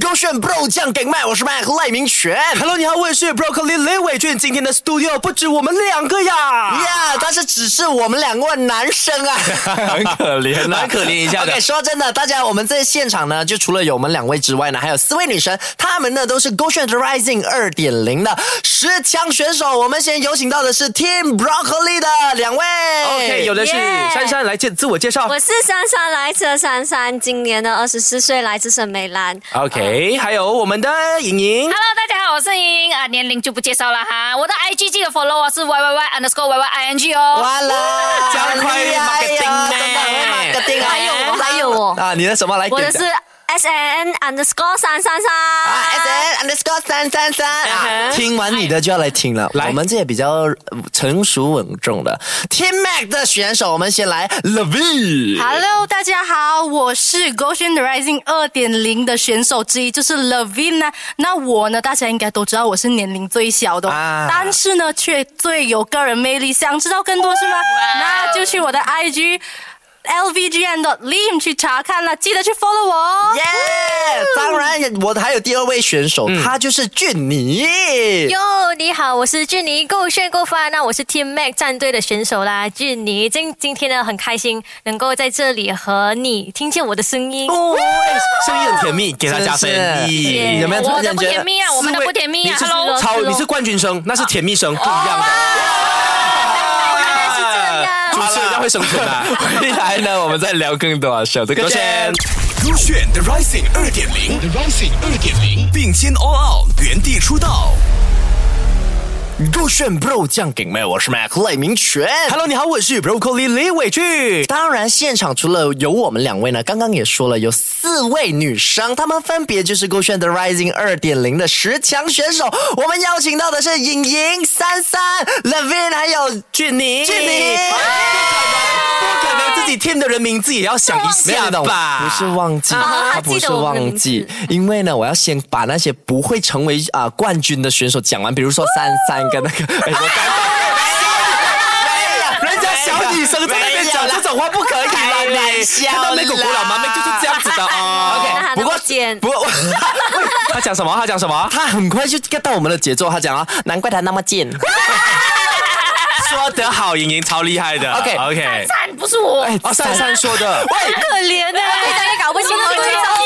勾选 bro 酱给麦，我是麦赖明全。 Hello，你好，我是 Broccoli 雷伟俊。今天的 studio 不止我们两个呀呀，但是只是我们两位男生啊， 很可怜蛮呐，可怜一下 OK，说真的，大家我们在现场呢，就除了有我们两位之外呢，还有四位女神，她们呢都是勾选 Rising 二点零的十强选手。我们先有请到的是 Team Broccoli 的两位。 OK，有的是 Yeah 珊珊来介自我介绍 我是珊珊，来自珊珊，今年的二十四岁，来自圣梅兰。 ，OK，还有我们的莹莹。 Hello，大家好，我是莹莹啊，年龄就不介绍了哈。我的 IG 记得 follow 我是 YYY underscore YYING 哦。完了，加快很厉害 marketing 哎呀呢真的很 marketing 啊还有我，还有我，啊，你的什么来我点的是 S N underscore 三三啊三。 ，S N underscore 三三三啊，嗯哼听完你的就要来听了。来我们这也比较呃成熟稳重的 Team Mac 的选手，我们先来 Levi。 Hello，大家好，我是 Goshen Rising 二点零的选手之一，就是 Levina。那我呢，大家应该都知道我是年龄最小的哦，啊但是呢却最有个人魅力。想知道更多是吗？那就去我的 IG lvgn dot lim 去查看了，记得去 follow 我哦。耶！当然，我还有第二位选手，嗯他就是俊尼。哟，你好，我是俊尼，够炫够发。那我是 Team Mac 战队的选手啦，俊尼。今今天呢，很开心能够在这里和你听见我的声音。哦，声音很甜蜜，给他加分真。是咦你有没有突我然的间不觉甜得？蜜啊，我们的不甜蜜你啊是，Hello，超，你是冠军生，那是甜蜜生，不一样的。原来是这样。主持人要会生存啊！接下来呢，我们再聊更多啊，小的歌先先。入选 The Rising 二点零，The Rising 二点零，并肩 All Out，原地出道。入选 Bro 酱顶妹，我是 Mac 赖明全。 Hello，你好，我是 Broccoli 李伟俊。当然，现场除了有我们两位呢，刚刚也说了，有四位女生，她们分别就是勾选的 Rising 二点零的十强选手。我们邀请到的是莹莹、珊珊、Levin，还有俊尼，俊哎尼。不可能自己 team 的人名字也要想一没有下的，吧？不是忘记，啊他他不记是得我忘们的名字记，因为呢，我要先把那些不会成为啊、冠军的选手讲完，比如说珊珊跟那个，哎，我刚刚。人家小女生在那边讲这种话不可以啦，开玩你笑啦看到那个古老妈妹就是这样子 的哦。那他 OK，那不过么尖不过他讲什么？他讲什 么？他很快就 get 到我们的节奏，他讲啊，难怪他那么贱。说得好，莹莹超厉害的。 OK OK，赞不是我，哎，哦，珊珊说的，喂，可怜啊 呢，大家也搞不清楚你找我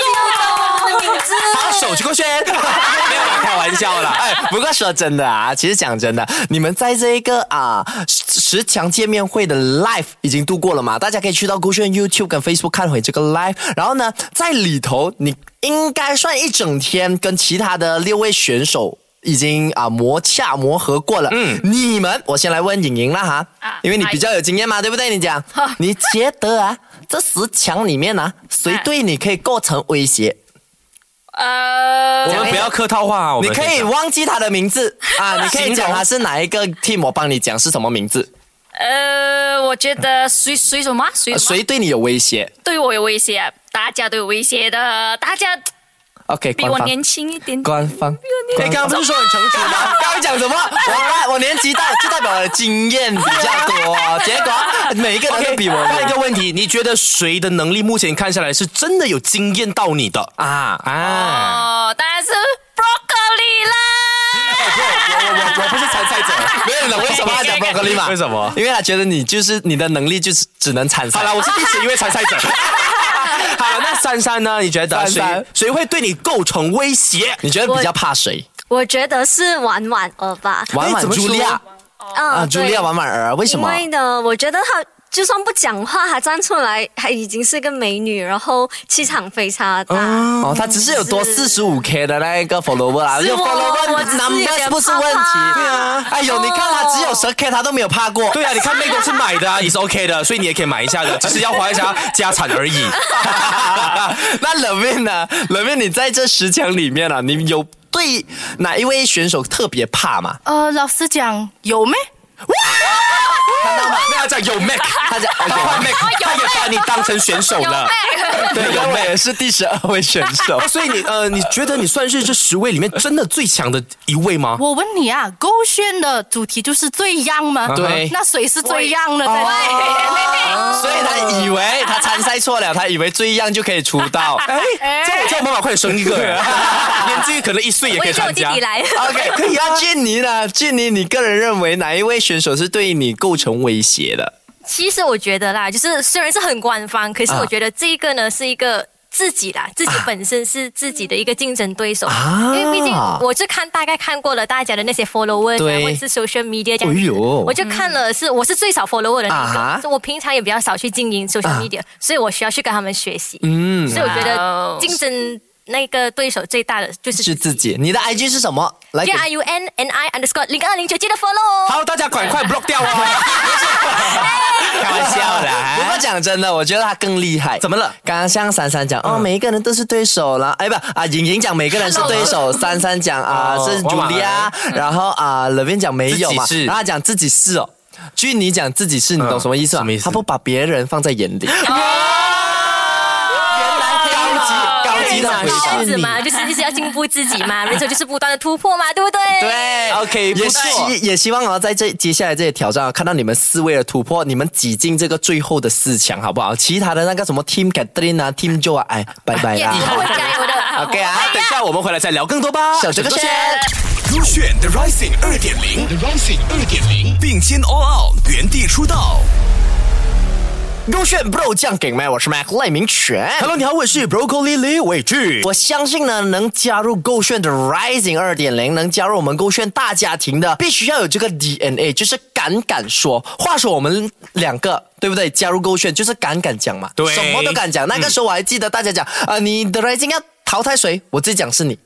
的名字。把手 去过圈，没有啦，开玩笑啦。哎，哎，不过说真的啊，其实讲真的，你们在这一个啊十十强见面会的 live 已经度过了嘛？大家可以去到酷炫 YouTube 跟 Facebook 看回这个 live，然后呢，在里头你应该算一整天跟其他的六位选手。已经啊磨洽磨合过了，嗯，你们，我先来问莹莹啦哈，啊因为你比较有经验嘛，对不对？你讲，你觉得啊，这十强里面啊，谁啊对你可以构成威胁？呃我，们不要客套话啊，我你们可以忘记他的名字 啊，你可以讲他是哪一个 team，我帮你讲是什么名字，呃，我觉得谁谁什么谁呃什么谁对你有威胁对我有威胁啊，大家都有威胁的，大家？OK，比官我方，年轻一点，官方，哎，刚刚不是说很成熟吗？ 刚刚讲什么？我我年纪大，就代表我的经验比较多，结果每一个人都比我 问一们个问题，你觉得谁的能力目前看下来是真的有惊艳到你的？啊。啊，哦，当然是 broccoli 啦。我我我不是参赛 者，没有人为什么要讲 b r o c 嘛？为什么因为他觉得你就是你的能力就是只能参赛。好了，我是第十一位参赛者。 好，那珊珊呢？你觉得谁珊珊谁会对你构成威胁？你觉得比较怕谁？我觉得是婉婉儿吧，婉婉、哎怎么茱说莉亚啊，嗯，茱莉对亚、婉婉儿，为什么？因为呢，我觉得她就算不讲话，她站出来还已经是个美女，然后气场非常大。哦，他只是有多四十五 K 的那一个 follower 啊，是就我 follower 我只是有 numbers 点不是问题。怕怕对啊，哎呦，哦你看他只有十 K，他都没有怕过。对啊，你看妹哥是买的啊，也是 OK 的，所以你也可以买一下的，只是要花一下家产而已。 那 Levin 呢？Levin，你在这十强里面啊，你有对哪一位选手特别怕吗？呃，老实讲，有没？看到吗？没有他讲有 Mac， 他讲哦他换 Mac，他也 把你当成选手了。 对，我们也是第十二位选手哎 ，。所以你呃，你觉得你算是这十位里面真的最强的一位吗？我问你啊，勾选的主题就是最 young 吗？对那谁是最 young 的？对， 所以他以为他参赛错了，他以为最样就可以出道。 哎，叫我叫我妈妈快点生一个，哎年纪可能一岁也我可以也叫我参弟加弟。来。哎 OK，可以啊。俊尼呢？俊尼，你个人认为哪一位选手是对你构成威胁的？其实我觉得啦，就是虽然是很官方，可是啊我觉得这一个呢是一个。自己啦，自己本身是自己的一个竞争对手，啊因为毕竟我是看大概看过了大家的那些 follower 啊，对或者是 social media 这样哎子，呦我就看了是我是最少 follower 的那一啊哈啊个，所以我平常也比较少去经营 social media，所以我需要去跟他们学习，嗯，所以我觉得竞争那个对手最大的就是是自己。你的 IG 是什么？来给 J R U N N I underscore 零二零九，记得 follow 哦。好，大家赶快 block 掉啊！ 开玩笑啦。 不过讲真的，我觉得他更厉害。怎么了？嗯刚刚像珊珊讲，哦，每一个人都是对手啦。哎，不啊，莹莹讲每个人是对手，珊珊讲啊哦是我马茱莉亚， 然后啊 Levin 讲没有嘛自己，是嗯然后他讲自己是哦。据你讲自己是，你懂什么意思吗？什么意思他不把别人放在眼 里。高级高级的回这样事子嘛，就是就是要进步自己嘛，人生就是不断的突破嘛，对不对？。对，OK，也不错希也希望啊，在这接下来这些挑战啊，看到你们四位的突破，你们挤进这个最后的四强，好不好？其他的那个什么 Team Catherine 啊，Team Joe 啊，哎，拜 拜也啦以后会加油的。 ，OK 啊，等一下我们回来再聊更多吧。小这个圈。入选 The Rising 二点零，The Rising 二点零，并肩 All Out 原地出道。入选 Bro 酱给麦，我是 Mac 赖明全。 Hello，你好，我是 Broccoli 李伟俊。我相信呢，能加入勾炫的 Rising 二点零，能加入我们勾炫大家庭的，必须要有这个 DNA，就是敢敢说。话说我们两个。对不对？加入勾炫就是敢敢讲嘛，对嗯什么都敢讲。那个时候我还记得大家讲，啊、你的 Rising 要淘汰谁？我自己讲是 你，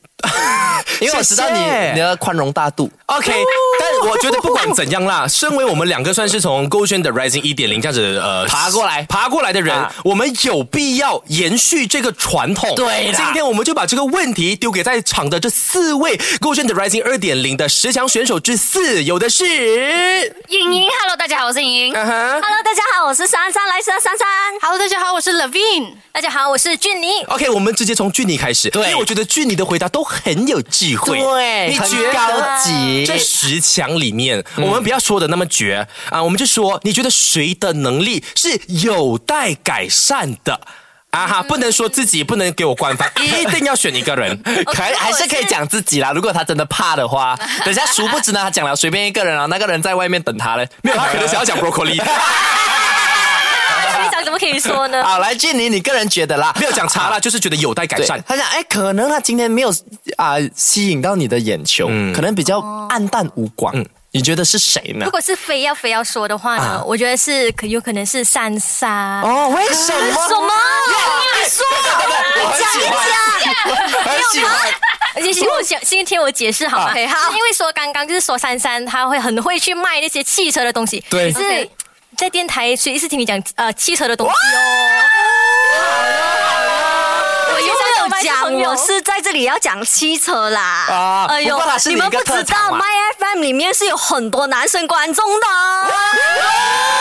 因为我知道你谢谢你的宽容大度。 OK，但我觉得不管怎样 啦，身为我们两个算是从 Go 圈的 Rising 一点零这样子呃爬过来啊爬过来的人，我们有必要延续这个传统。对啦今天我们就把这个问题丢给在场的这四位 Go 圈的 Rising 二点零的十强选手之四，有的是。嗯莹莹，Hello，大家好，我是莹莹。 Hello，大家好，我是珊珊，来啊珊珊珊。 Hello，大家好，我是 Levin。大家好，我是俊妮。 OK，我们直接从俊尼开始，对因为我觉得俊尼的回答都很有智慧，对你很觉得高级嗯这十强里面，我们不要说的那么绝啊，我们就说你觉得谁的能力是有待改善的啊哈？嗯不能说自己，不能给我官方，一定要选一 个人。哦可以还是可以讲自己啦。如果他真的怕的话， 等一下殊不知呢，他讲了随便一个人啊，那个人在外面等他 嘞。没有，他可能想要讲 broccoli，队长怎么可以说呢？好，来俊尼，你个人觉得啦？没有讲差啦，就是觉得有待改对善。他讲，哎，可能他今天没有啊、吸引到你的眼球，可能比较暗淡无光。你觉得是谁呢如？果是非要非要说的话呢，我觉得是可有可能是珊珊。啊哦，为什么？什么？你说我很喜欢，我很喜欢。而且我想今天我解释好啊吗？ OK，好是因为说刚刚就是说珊珊她会很会去卖那些汽车的东西，对可 OK 是在电台随一次听你讲呃汽车的东西哦。我有没有我讲有我是在这里要讲汽车啦？啊哎不过它是你们你一不个特知道长嘛 My FM 里面是有很多男生观众的哦。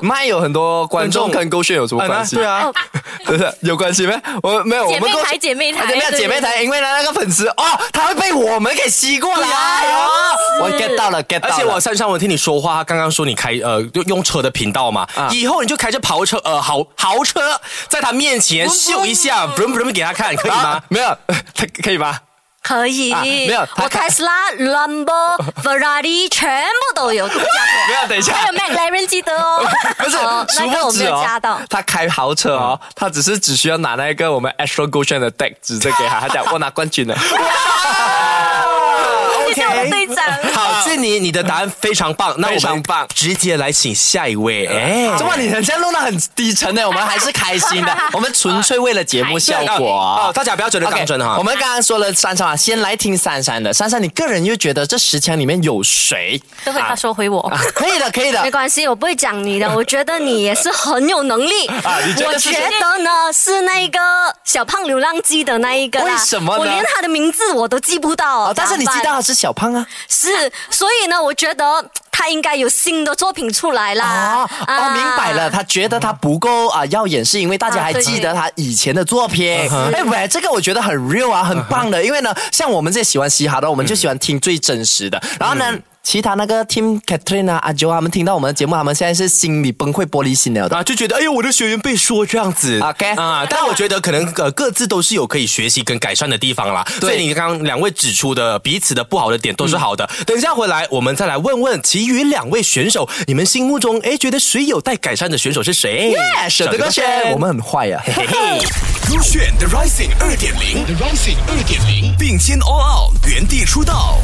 麦有很多观众观众跟勾选有什么关系？嗯啊 对啊，有关系没？我没有，我哦姐们妹勾啊台，姐妹台，姐妹对姐妹台，因为呢那个粉丝哦，他会被我们给吸过来啊哦。我 get 到了，get 到而了。且我珊珊，我听你说话，刚刚说你开呃就用车的频道嘛，啊以后你就开着跑车呃豪豪车，在他面前秀一下，嗯不用不用给他看，可以吗啊？没有， 他可以吧？可以，啊没有他我 Tesla、Lambo、Ferrari 全部都有加没过，有，等一下。还有 McLaren 记得哦。 不是，哦那殊个不我没知有哦加到，。他开豪车哦，他只是只需要拿那个我们 Astro Go 炫的 deck 指着给他，他讲我拿冠军 了。谢谢我们队长。好，俊尼，你的答案非常棒，那我非常们棒直接来请下一位。哎，怎么你人家弄得很低沉 呢？我们还是开心的，我们纯粹为了节目效哦果，。啊大家不要觉得当真 OK，哈。我们刚刚说了珊珊啊，先来听珊珊的。珊珊，你个人又觉得这十强里面有谁？都会他说回我。啊可以的，可以 的没。关系，我不会讲你的。我觉得你也是很有能力。啊你觉我得是觉谁得呢是那个小胖流浪记的那一个啦。为什么呢我连他的名字我都记不到、哦，但是你怎么知办道他是小胖啊，是，所以呢，我觉得。他应该有新的作品出来啦。啊，哦，明白了，。他觉得他不够啊耀眼，是因为大家啊还对记得他以前的作品。哎喂，这个我觉得很 real 啊，很棒的。因为呢，像我们这些喜欢嘻哈的，我们就喜欢听最真实的。然后呢，其他那个 Team Catherine 啊、阿 Jo 啊他们听到我们的节目，他们现在是心里崩溃、玻璃心了的。啊，就觉得哎呦，我的学员被说这样子 OK 啊，但我觉得可能呃各自都是有可以学习跟改善的地方啦。对所以你刚刚两位指出的彼此的不好的点都是好的。等一下回来，我们再来问问其余两位选手，你们心目中哎觉得谁有待改善的选手是谁？哎，舍得歌选，我们很坏啊呀、嘿嘿。入选 The Rising 二点零，The Rising 二点零，并肩 All Out，原地出道。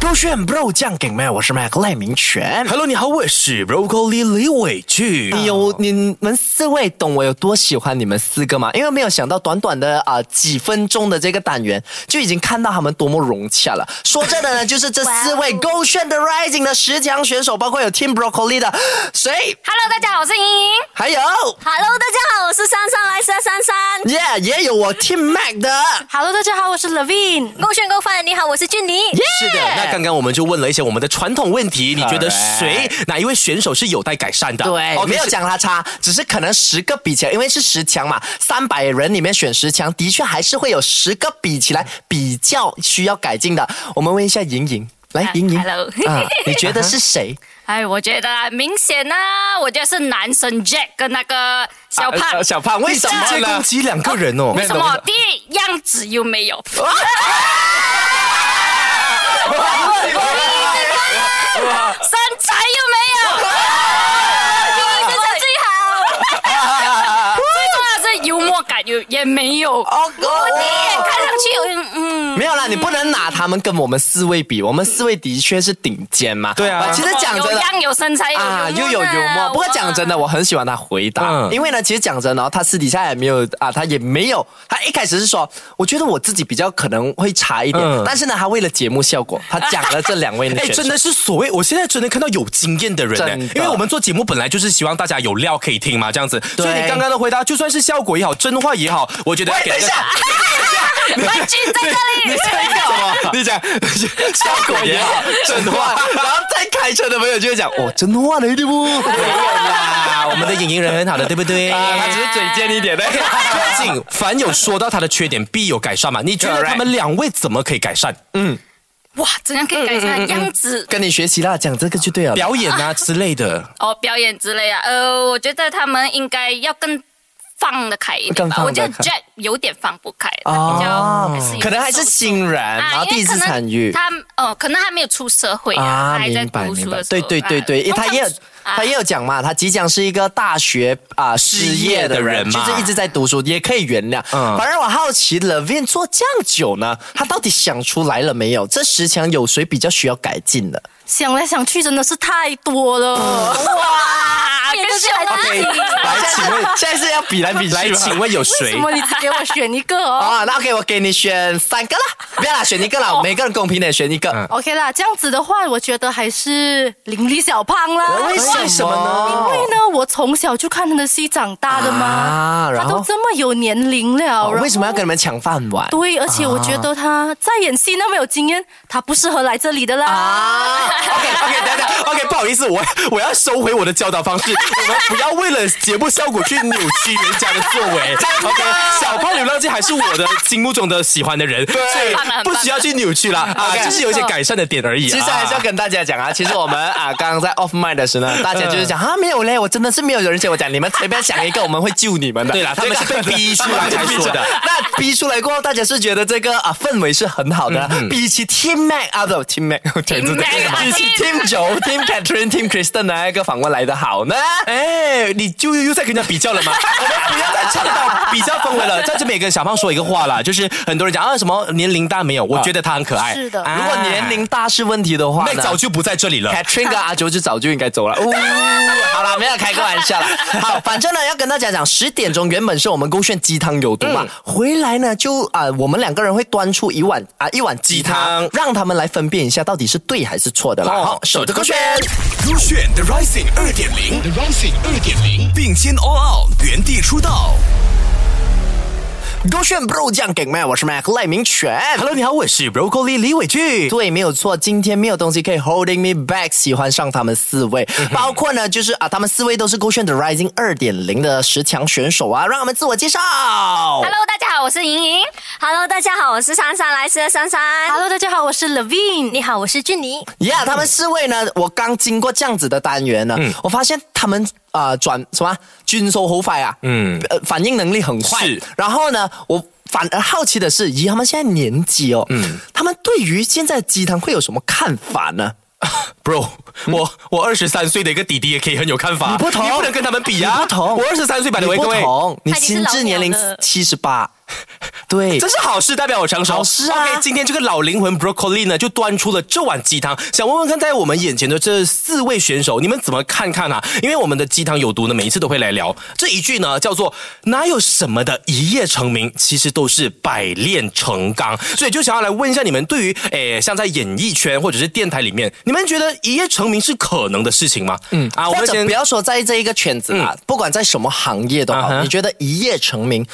勾选 bro 酱给妹，我是 Mac 赖明全。 Hello，你好，我是 Broccoli 李伟俊。你有你们四位懂我有多喜欢你们四个吗？因为没有想到短短的啊、几分钟的这个单元，就已经看到他们多么融洽了。说真的呢，就是这四位勾选的 Rising 的十强选手，包括有 Team Broccoli 的谁， Hello，大家好，我是莹莹。还有 Hello，大家好，我是珊珊，来自珊珊。 Yeah 也有我 Team Mac 的。 Hello，大家好，我是 Levin。勾选勾饭，你好，我是俊妮。是的，啊那刚刚我们就问了一些我们的传统问题，你觉得谁哪一位选手是有待改善的？ 对，哦，没啊没有有讲。讲他差，只是可能十个比起来，因为是十强嘛，三百人里面选十强，的确还是会有十个比起来比较需要改进的。我们问一下莹莹，来啊，莹莹 hello 啊，你觉得是 谁？哎，我觉得明显呢、我觉得是男生 Jack 跟那个小胖。呃小胖，为什直么接攻呢？击两个人哦为。什么？第一样子又没有，身材又没有，你真的最好，最重要的是幽默感又也没有。哦哦，看上去，嗯，嗯没有啦，你不能拿他们跟我们四位比，我们四位的确是顶尖嘛。呃对啊其实讲真有的。样有身哎材有幽默啊，又有幽默。不过讲真的，我很喜欢他回答，嗯因为呢，其实讲真的、哦，他私底下也没有啊，他也没有，他一开始是说，我觉得我自己比较可能会差一点，嗯但是呢，他为了节目效果，他讲了这两位 哎，选手真的是所谓，我现在真的看到有经验的人呢真的，因为我们做节目本来就是希望大家有料可以听嘛，这样子。对所以你刚刚的回答，就算是效果也好，真话也好， 我觉得要给喂等一下， 冠军在 这里。你讲效果也好，真话，然后再开车的朋友就会讲，哦，真话雷的 不？啊， 我们的影音人很好的，对不 对？啊，他只是嘴贱一点的。毕竟凡有说到他的缺点，必有改善嘛。你觉得 Correct 他们两位怎么可以改善？哇，怎样可以改嗯善样子？跟你学习啦，讲这个就对了。表演啊之类的。 哦，表演之类啊，呃，我觉得他们应该要更放得开一点更吧。放得我觉得开哦 Jack 有点放不开，他比较啊还是有可能还是受挫嗯新人，然后第一次参与。他哦，可能还没有出社会啊，啊，他还在明白读明书白的，时候。啊哎对对对对，因为他也有他也有讲嘛，他即将是一个大学啊失业的人，失业的人就嘛是一直在读书，也可以原谅。反正我好奇，Levin 做这样久呢，他到底想出来了没有？这十强有谁比较需要改进 的？想来想去，真的是太多嗯了。啊，跟就是很小难来，请问现在是要比来比来，去吗？请问有为谁什？么你只给我选一个哦？ 啊，那 OK，我给你选三个啦，不要啦，选一个哦啦，每个人公平的选一个。 OK 啦，这样子的话，我觉得还是林立小胖啦。为什么呢？因为呢，我从小就看他的戏长大的嘛，啊然他后都这么有年龄了，然哦后为什么要跟啊你们抢饭碗？对，而且我觉得他在演戏那么有经验，他不适合来这里的啦。 啊 OK OK，等等，OK，不好 意思，我我要收回我的教导方式，我们不要为了节目效果去扭曲人家的作 为。OK，小胖流浪记还是我的心目中的喜欢的人，所以棒了很不棒需要去扭曲啦， 啊， OK 就是有一些改善的点而已啊。其实还是要跟大家讲 啊，其实我们啊，刚刚在 off mic 的时嗯候呢，大家就是讲啊，没有嘞，我真的是没有人选，我讲你们随便想一个，我们会救你们的。对啦他们是被逼出 来才说的那逼出来过后，大家是觉得这个啊氛围是很好的啦，嗯比起 Team Mac 啊，不 Team Mac，对对 Mac 啊对，比起 Team Joe、Team Catherine、Team Kristen 的那个访问来的好呢。哎，你就又在跟人家比较 了吗？我们不要再倡导比较氛围了。在这边也跟小胖说一个话啦，就是很多人讲啊什么年龄大没啊有，我觉得他很可爱。是的啊如果年龄大是问题的话那呢，早就不在这里 了。Catherine 跟阿九就早就应该走 了。呜、哦好了，没有开个玩笑了。好，反正呢要跟大家讲，十点钟原本是我们勾选鸡汤有毒嘛，嗯回来呢就啊、我们两个人会端出一碗啊、一碗鸡汤，鸡汤让他们来分辨一下到底是对还是错的啦。哦好，守着勾选。入选 The Rising 二点零，The Rising 二点零，并肩 All Out，原地出道。勾炫 bro 酱给麦，我是 Mac 赖明全。 Hello，你好，我是 Broccoli 李伟 俊。对，没有错，今天没有东西可以 holding me back，喜欢上他们四位，嗯包括呢，就是啊，他们四位都是勾炫的 Rising 二点零的十强选手啊，让他们自我介绍。 Hello，大家好，我是莹莹。 Hello，大家好，我是姗姗来迟的姗姗。 Hello，大家好，我是 Levine。你好，我是俊妮。 Yeah，他们四位呢，我刚经过这样子的单元嗯呢，我发现他们啊、呃转什么军收好快啊，嗯，呃，反应能力很快。是然后呢，我反而好奇的是，以他们现在年纪哦，嗯，他们对于现在鸡汤会有什么看法呢？ Bro，我我二十三岁的一个弟弟也可以很有看法，你不同你不能跟他们比啊，你不同我二十三岁，by the 你 way，各不位，同，你他已经是心老智年龄鸟了七十八，对这。是好事，代表我成熟。好事啊 OK，今天这个老灵魂 Broccoli 呢，就端出了这碗鸡汤，想问问看，在我们眼前的这四位选手，你们怎么看看啊？因为我们的鸡汤有毒呢，每一次都会来聊这一句呢，叫做“哪有什么的一夜成名，其实都是百炼成钢”。所以就想要来问一下你们，对于诶，像在演艺圈或者是电台里面，你们觉得一夜成名是可能的事情吗？嗯啊，我或们者先嗯不要说在这一个圈子啦，不管在什么行业都好啊哈你觉得一夜成名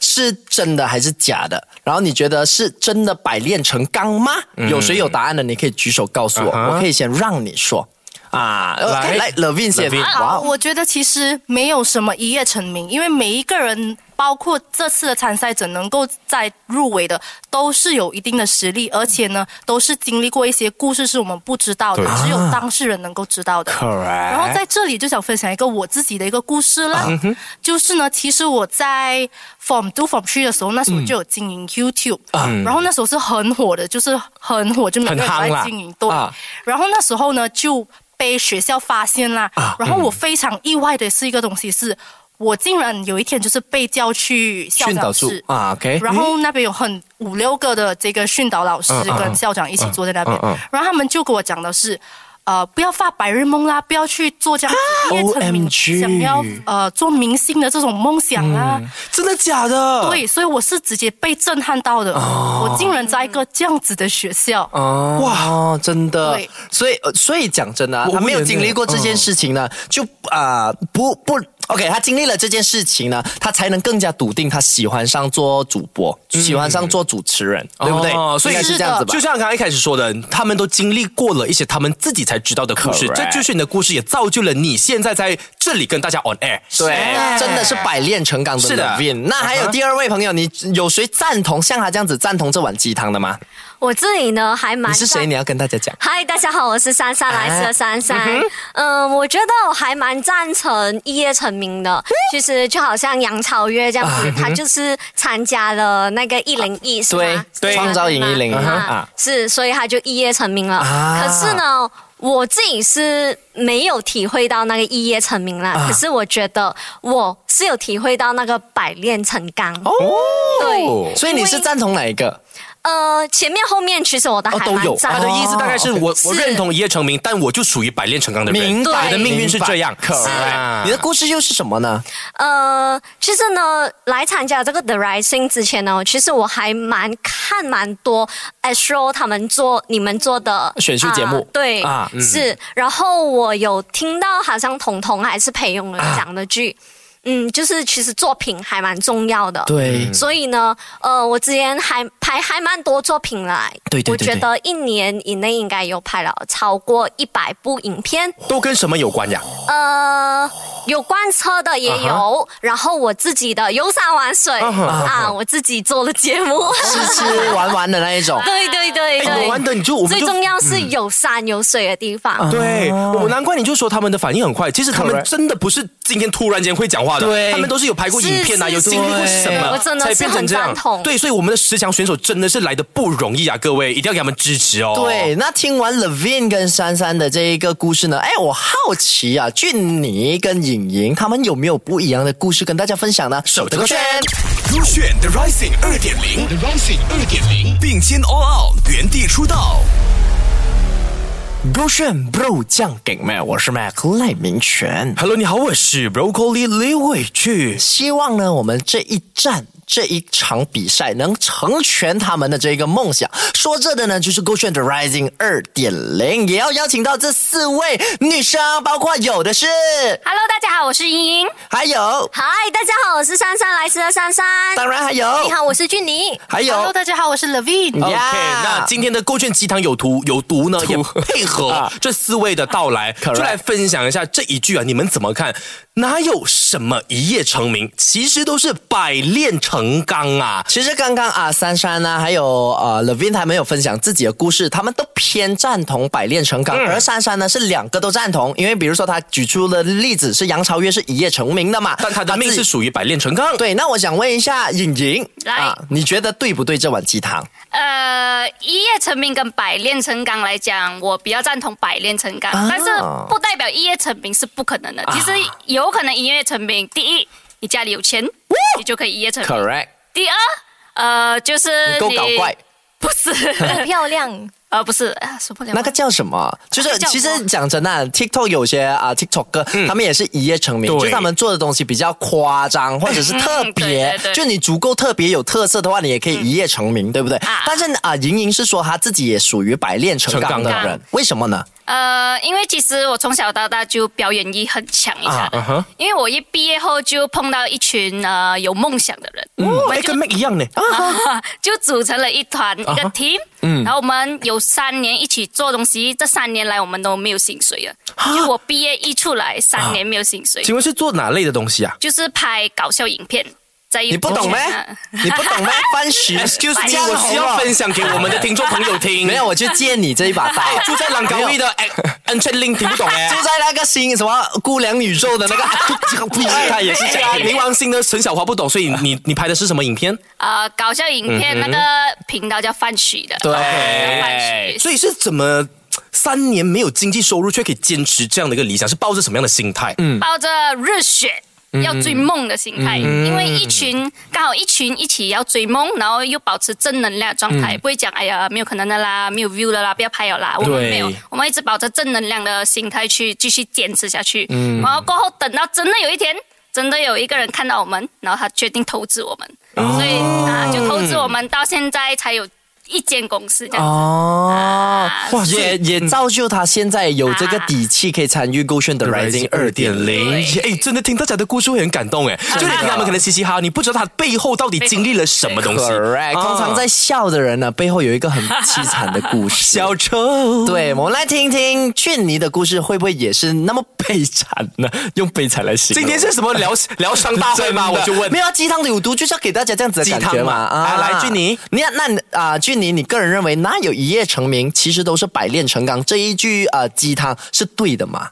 是真的还是假的？然后你觉得是真的百炼成钢吗？有谁有答案的，你可以举手告诉我嗯啊哈我可以先让你说啊。来 OK，来 Levin 先， Levin 哇哦，我觉得其实没有什么一夜成名，因为每一个人，包括这次的参赛者，能够在入围的，都是有一定的实力，而且呢，都是经历过一些故事是我们不知道的，只有啊当事人能够知道的。然后在这里就想分享一个我自己的一个故事啦，嗯就是呢，其实我在 Form Two、Form Three 的时候，那时候嗯就有经营 YouTube，、然后那时候是很火的，就是很火，就每个人都很夯在啦经营，对。啊然后那时候呢就被学校发现啦。啊然嗯后我非常意外的是一个东西是，我竟然有一天就是被叫去校训导长处室。啊，OK，然后那边有很五六个的这个训导老师跟校长一起坐在那边，然后他们就跟我讲的是，呃，不要发白日梦啦，不要去做这样子一夜成名 OMG 想要呃做明星的这种梦想啦。真的假的？对，所以我是直接被震撼到的，我竟然在一个这样子的学校，哦，哇，真的对，所以呃所以讲真的啊，我他没有嗯无言经历欸过这件事情呢，就啊、不不，OK，他经历了这件事情呢，他才能更加笃定他喜欢上做主播，喜欢上做主持人，对不对？哦所以应该是这样子吧就。像刚刚一开始说的，他们都经历过了一些他们自己才知道的故事 Correct 这就是你的故事，也造就了你现在在这里跟大家 on air。对，真的是百炼成钢的啊是的 Levin。那还有第二位朋友，你有谁赞同像他这样子赞同这碗鸡汤的吗？我这里呢还蛮你是谁？赞你要跟大家讲。嗨，大家好，我是姗姗来迟的姗姗。哎嗯、我觉得我还蛮赞成一夜成名的。嗯其实就好像杨超越这样啊子，她就是参加了那个一零一，是对吗？啊对是吗创造营101对吗嗯哼啊是，所以她就一夜成名了。啊可是呢。我自己是没有体会到那个一夜成名啦，啊可是我觉得我是有体会到那个百炼成钢。哦对，所以你是赞同哪一个？呃，前面后面其实我都哦还都蛮有赞他的意思大概是哦我、我认同一夜成名，但我就属于百炼成钢的人，明白我的命运是这样。可你的故事又是什么呢？呃，其实呢，来参加这个 The Rising 之前呢，其实我还蛮看蛮多 Astro 他们做你们做的选秀节目啊对，啊是。然后我有听到好像彤彤还是裴勇人讲的啊句。嗯，就是其实作品还蛮重要的，对所以呢，呃，我之前还拍还蛮多作品来，对对对我觉得一年以内应该有拍了超过一百部影片，都跟什么有关呀？呃，有关车的也有啊然后我自己的游山玩水啊我自己做的节 目。吃吃玩玩的那一 种。对对对哎对，有玩的你就我们最就嗯啊重要是有山有水的地方。对，我难怪你就说他们的反应很快，其实他们 Correct 真的不是今天突然间会讲话的，对他们都是有拍过影片啊，是有经历过是什么，我真的才是变成这样很赞同对，所以我们的十强选手真的是来的不容易啊，各位一定要给他们支持哦。对，那听完 Levin 跟珊珊的这一个故事呢，哎，我好奇啊，俊妮跟颖莹他们有没有不一样的故事跟大家分享呢？手这个圈，入选 The Rising 二点零，The Rising 二点零，并肩 All Out，原地出道。勾选 bro 酱给麦，我是 Mac 赖明全。 Hello，你好，我是 Broccoli 李伟俊。希望呢，我们这一站这一场比赛能成全他们的这个梦想。说这的呢，就是 Go 炫的 Rising 二点零，也要邀请到这四位女生，包括有的是， Hello，大家好，我是莹莹。还有，嗨，大家好，我是珊珊莱斯的珊珊。当然还有，你好，我是俊 宁。还有 Hello，大家好，我是呃 Levin。呀 OK，那今天的勾券鸡汤有图有毒呢，也配 啊合这四位的到来，就来分享一下这一句啊，你们怎么看？哪有什么一夜成名，其实都是百炼成钢啊！其实刚刚啊，珊珊呢、还有呃 Levin 他们有分享自己的故事，他们都偏赞同百炼成钢，而珊珊呢是两个都赞同，因为比如说他举出的例子是杨超越是一夜成名的嘛，但他的命自己是属于百炼成钢。对。那我想问一下颖颖来啊，你觉得对不对这碗鸡汤？呃，一夜成名跟百炼成钢来讲，我比较赞同百炼成钢，啊但是不代表一夜成名是不可能的。其实有可能一夜成名，第一，你家里有钱，你就可以一夜成名； Correct，第二，呃，就是呃你够搞怪，不是， 漂亮，呃，不是，啊受不了。那个叫什么？就是那个叫其什实么讲真的、啊、，TikTok 有些啊 TikTok 哥、他们也是一夜成名，嗯对就是他们做的东西比较夸张或者是特别，嗯对对对就你足够特别有特色的话，你也可以一夜成名，对不对？啊但是啊，莹莹是说她自己也属于百炼成钢的成钢人，为什么呢？呃，因为其实我从小到大就表演欲很强一啊下的，嗯因为我一毕业后就碰到一群呃有梦想的人，嗯哦，哎，跟 Mac 一样呢。就组成了一团、啊一个 team，然嗯后我们有三年一起做东西，这三年来我们都没有薪水了，就我毕业一出来三年没有薪水，啊请问是做哪类的东西啊就是拍搞笑影片，在你不懂 YouTube 咩上？啊你不 懂咩？番石？Excuse 哎这样 me，我好不需要好分享给我们的听众朋友 听。哎没有，，啊我就借你这一把刀。 住在朗高一的哎 N c h a Link 听不懂 哎住。在那个新什么姑娘宇宙 的那个，他也是这样。哎冥王星的啊陈小华不懂，所以你你拍的是什么影片？呃，搞笑影片嗯那个频道叫范许的，叫范许，哎所以是怎么三年没有经济收入却可以坚持这样的一个理想，是抱着什么样的心态？嗯，抱着热血。要追梦的心态，嗯因为一群刚好一群一起要追梦，然后又保持正能量的状嗯态，不会讲哎呀没有可能的啦，没有 view 的啦，不要拍了啦。我们对没有，我们一直保持正能量的心态去继续坚持下去。嗯然后过后等到真的有一天，真的有一个人看到我们，然后他决定投资我们，哦所以啊就投资我们到现在才有一间公司这样子。哦，啊哇，也也嗯造就他现在有这个啊底气可以参与 Go 啊炫的 Rising 二点零。哎，真的听大家的故事会很感 动哎，就你听他们可能嘻嘻哈，哈，你不知道他背后到底经历了什么东 西。哦 Correct，通常在笑的人呢，背后有一个很凄惨的故 事。小丑，对，我们来听听俊尼的故事，会不会也是那么悲惨呢？用悲惨来形容。今天是什么疗 疗伤大会吗？真我的就问没。有啊鸡汤的有毒，就是要给大家这样子的感鸡觉汤嘛嘛。啊来俊尼，你看那你啊，俊尼，你个人认为哪有一夜成名，其实都是百炼成钢这一句啊鸡汤是对的吗？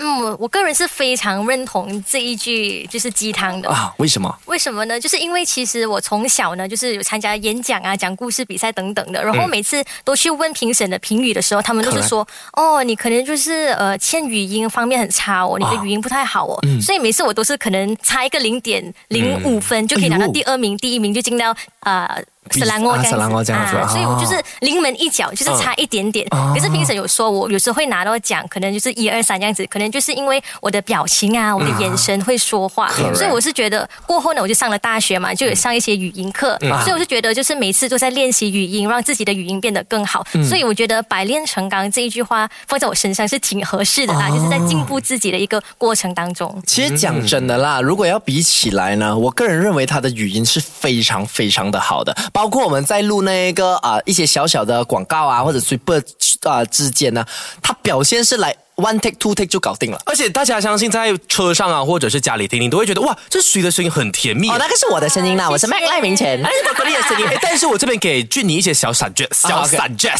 嗯，我我个人是非常认同这一句就是鸡汤的。啊，为什么？为什么呢？就是因为其实我从小呢，就是有参加演讲啊、讲故事比赛等等的，然后嗯每次都去问评审的评语的时候，他们都是说，哦，你可能就是呃欠语音方面很差哦，你的语音不太好哦，嗯所以每次我都是可能差一个零点零五分就可以拿到第二名，第一名就进到呃。嗯哎比斯兰欧啊这样子，斯兰欧这样子所以我就是哦嗯临门一脚，就是差一点点。可是评审有说我有时候会拿到奖，可能就是一二三这样子，可能就是因为我的表情啊，我的眼神会说话，嗯所以我是觉得过后呢，我就上了大学嘛，就有上一些语音课，嗯所以我就觉得就是每次都在练习语音，让自己的语音变得更好。嗯所以我觉得“百炼成钢”这一句话放在我身上是挺合适的哦啦，就是在进步自己的一个过程当中。其实讲真的啦，如果要比起来呢，我个人认为他的语音是非常非常的好的，包括我们在录那个啊、一些小小的广告啊或者 super 啊、之间呢，他表现是来 one take two take 就搞定了。而且大家相信，在车上啊，或者是家里听，你都会觉得哇，这谁的声音很甜蜜。啊哦，那个是我的声音啦，我是谢谢 Mac 赖明前。哎，我的也是你。 哎但是我这边给俊尼一些小闪卷，啊小闪卷，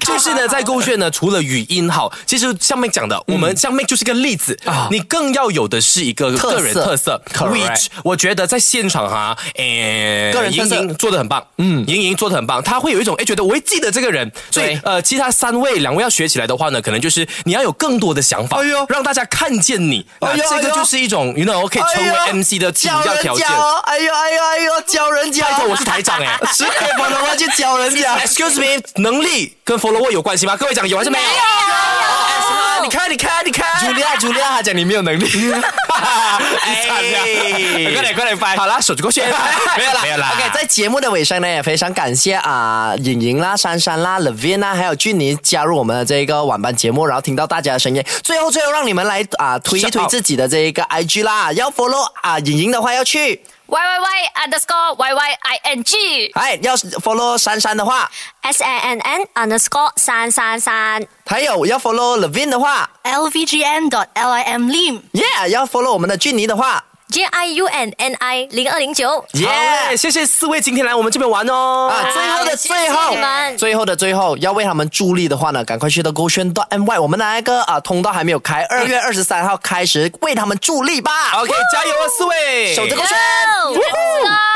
就是呢，在勾选呢，除了语音好，其实像妹讲的，我们像妹就是一个例子嗯啊你更要有的是一个特色个人特色 Correct ，which 我觉得在现场哈，诶，个人特莹色莹做的很棒，嗯，莹莹做的很棒，她会有一种哎，觉得我会记得这个人，所以对呃，其他三位两位要学起来的话呢，可能就是你要有更多的想法，哎呦让大家看见你，啊哎呦这个哎呦哎就是一种，you know，可以成为 MC 的主教要人条件家。哦，哎呦哎呦哎呦，教人家！拜 托，我是台长 哎。十点半的话就教人家。 Excuse me，能力跟 follower 有关系吗？各位讲有还是没有？哎你看，你看，你看，茱莉亚，茱莉亚，他讲你没有 能力，哎哎快点，快点拍。好啦，手机过去，没有啦，没有啦。 OK，在节目的尾声呢，也非常感谢啊、颖莹啦、珊珊啦、Levin 啦，还有俊尼加入我们的这个晚班节目，然后听到大家的声音。最后，最后让你们来啊、推一 Shout 推 out 自己的这一个 IG 啦，要 follow 啊、颖莹的话要去， Y Y Y underscore Y Y I N G。啊哎，要是 follow 珊珊的话， S A N N underscore 三三三。还有要 follow Levin 的话 lvgn dot lim lim。 ，Yeah，要 follow 我们的俊尼的话 J I U N N I 零二零九。好嘞，Yeah。谢谢四位今天来我们这边玩哦。啊，最后的最谢后谢你们，最后的最后，要为他们助力的话呢，赶快去到 g o 炫 .my，我们的那个啊通道还没有开，二月二十三号开始为他们助力吧。 OK，加油啊，四位，守着 g o 炫。 Go！